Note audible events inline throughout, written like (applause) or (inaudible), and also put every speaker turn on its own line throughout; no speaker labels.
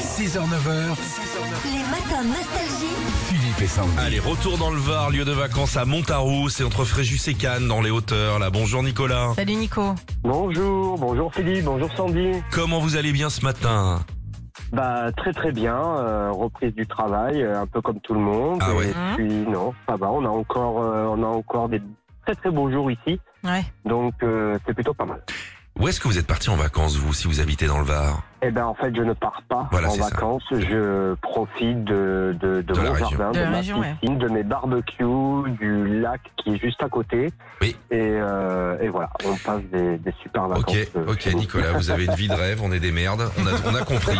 6h-9h,
Les matins nostalgiques.
Philippe et Sandy.
Allez, retour dans le Var, lieu de vacances à Montarou, c'est entre Fréjus et Cannes, dans les hauteurs. Là, bonjour Nicolas.
Salut Nico.
Bonjour, bonjour Philippe, bonjour Sandy.
Comment vous allez bien ce matin
Bah très très bien, euh, reprise du travail, euh, un peu comme tout le monde.
Ah ouais.
Et
Hein
puis non, ça va, on a encore, euh, on a encore des très très beaux jours ici,
(laughs)
Ouais.
donc euh, c'est plutôt pas mal.
Où est-ce que vous êtes parti en vacances, vous, si vous habitez dans le Var
Eh ben en fait, je ne pars pas
Voilà,
en
c'est ça.
vacances, je profite de de,
De
de
la
mon
région.
jardin,
De
de,
la
ma
région, ouais.
piscine, de mes barbecues, du lac qui est juste à côté.
Oui.
Et, euh, et voilà, on passe des, des super vacances.
Ok,
euh,
ok,
chez nous.
Nicolas, vous avez une vie de rêve, on est des merdes. On a, on a compris.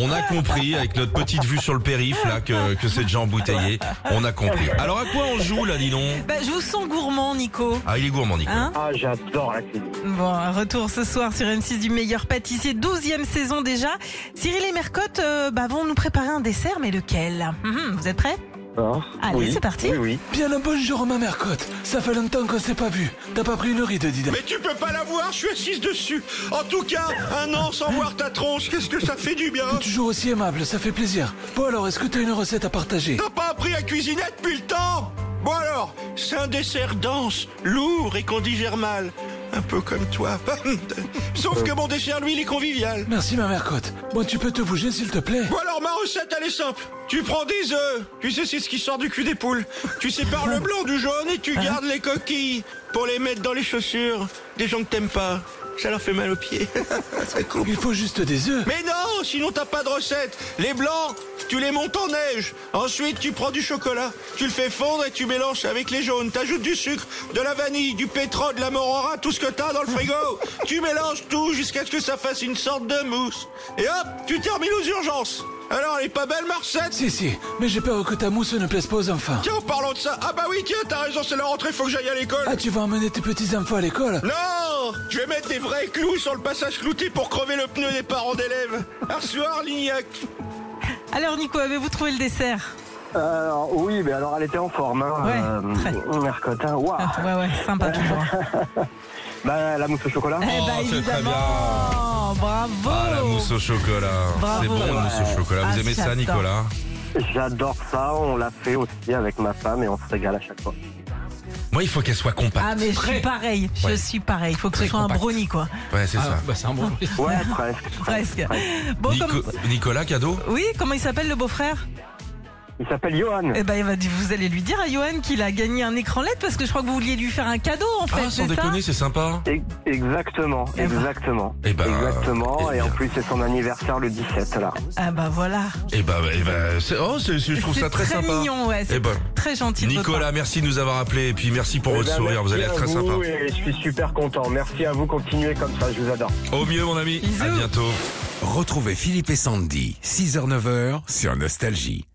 On a compris, avec notre petite vue sur le périph', là, que, que c'est déjà embouteillé. On a compris. Alors, à quoi on joue, là, dis donc
Bah, je vous sens gourmand Nico.
Ah, il est gourmand, Nicolas.
Hein
Ah j'adore la cuisine.
bon, un retour ce soir sur M6 du meilleur pâtissier, 12e saison déjà. Cyril et Mercotte euh, bah, vont nous préparer un dessert, mais lequel Mhm, Vous êtes prêts
Ah,
Allez,
oui,
c'est parti.
Oui, oui.
Bien le bonjour Romain Mercotte. Ça fait longtemps qu'on s'est pas vu. T'as pas pris une ride, Didem
Mais tu peux pas la voir, je suis assise dessus. En tout cas, un an sans voir ta tronche, qu'est-ce que ça fait du bien
T'es toujours aussi aimable, ça fait plaisir. Bon alors, est-ce que t'as une recette à partager
T'as pas appris à cuisiner depuis le temps Bon alors, c'est un dessert dense, lourd et qu'on digère mal. Un peu comme toi. (laughs) Sauf que mon dessert, lui, il est convivial.
Merci ma Mercotte. Bon, tu peux te bouger s'il te plaît
Bon alors, ma recette, elle est simple. Tu prends des œufs. Tu sais, c'est ce qui sort du cul des poules. Tu sépares le blanc du jaune et tu gardes les coquilles pour les mettre dans les chaussures. Des gens que t'aimes pas. Ça leur fait mal aux pieds. (laughs) Ça coupe.
Il faut juste des œufs.
Mais non, sinon t'as pas de recette. Les blancs, tu les montes en neige. Ensuite, tu prends du chocolat, tu le fais fondre et tu mélanges avec les jaunes. T'ajoutes du sucre, de la vanille, du pétrole, de la morora, tout ce que t'as dans le frigo. tu mélanges tout jusqu'à ce que ça fasse une sorte de mousse. Et hop, tu termines aux urgences. Alors, elle est pas belle, ma recette
Si, si, mais j'ai peur que ta mousse ne plaise pas aux enfants.
Tiens, en parlant de ça, ah bah oui, tiens, t'as raison, c'est la rentrée, faut que j'aille à l'école.
Ah, tu vas emmener tes petits-enfants à l'école
Non Je vais mettre des vrais clous sur le passage clouté pour crever le pneu des parents d'élèves. Arsoir, Lignac.
Alors Nico, avez-vous trouvé le dessert
Alors Euh, oui, mais alors elle était en forme. Hein,
Ouais, très.
Mercotte,
(laughs)
hein. Waouh.
Ah, Ouais, ouais, sympa toujours.
Bah, la mousse au chocolat.
eh bah,
Oh, c'est très
évidemment. Bravo.
Ah, la mousse au chocolat.
Oh. Bravo.
C'est bon, la mousse au chocolat. Vous
Ah,
aimez ça,
j'adore.
Nicolas
J'adore ça. On l'a fait aussi avec ma femme et on se régale à chaque fois.
Moi, il faut qu'elle soit
Ah
compacte.
mais je suis pareil, je
Ouais.
suis pareil. Il faut que ce
Très
soit un
compact.
brownie quoi,
Ouais, c'est ça.
bah c'est un (laughs) bon.
(laughs)
Ouais, presque.
presque. Ah. Bon,
Nico-
comme...
Nicolas, cadeau
oui, comment il s'appelle le beau-frère
Il s'appelle Johan.
Eh ben, il va- vous allez lui dire à Johan qu'il a gagné un écran LED parce que je crois que vous vouliez lui faire un cadeau en fait.
Ah, sans
c'est ça
déconner, c'est sympa.
E- Exactement,
Eh ben.
exactement.
Eh ben,
exactement,
eh
et en
bien.
plus c'est son anniversaire le 17 là.
Ah bah voilà.
Eh ben, eh ben, c'est- oh, c'est- c'est- je trouve
C'est
ça très, sympa.
mignon, ouais. C'est
Eh ben,
très gentil. de votre
Nicolas, merci de nous avoir appelés et puis merci pour
Eh
votre
ben,
sourire, vous allez être très
merci à
sympa.
vous Et je suis super content. Merci à vous, continuez comme ça, je vous adore.
Au mieux mon ami, à
Bisous.
bientôt.
Retrouvez Philippe et Sandy, 6h-9h sur Nostalgie.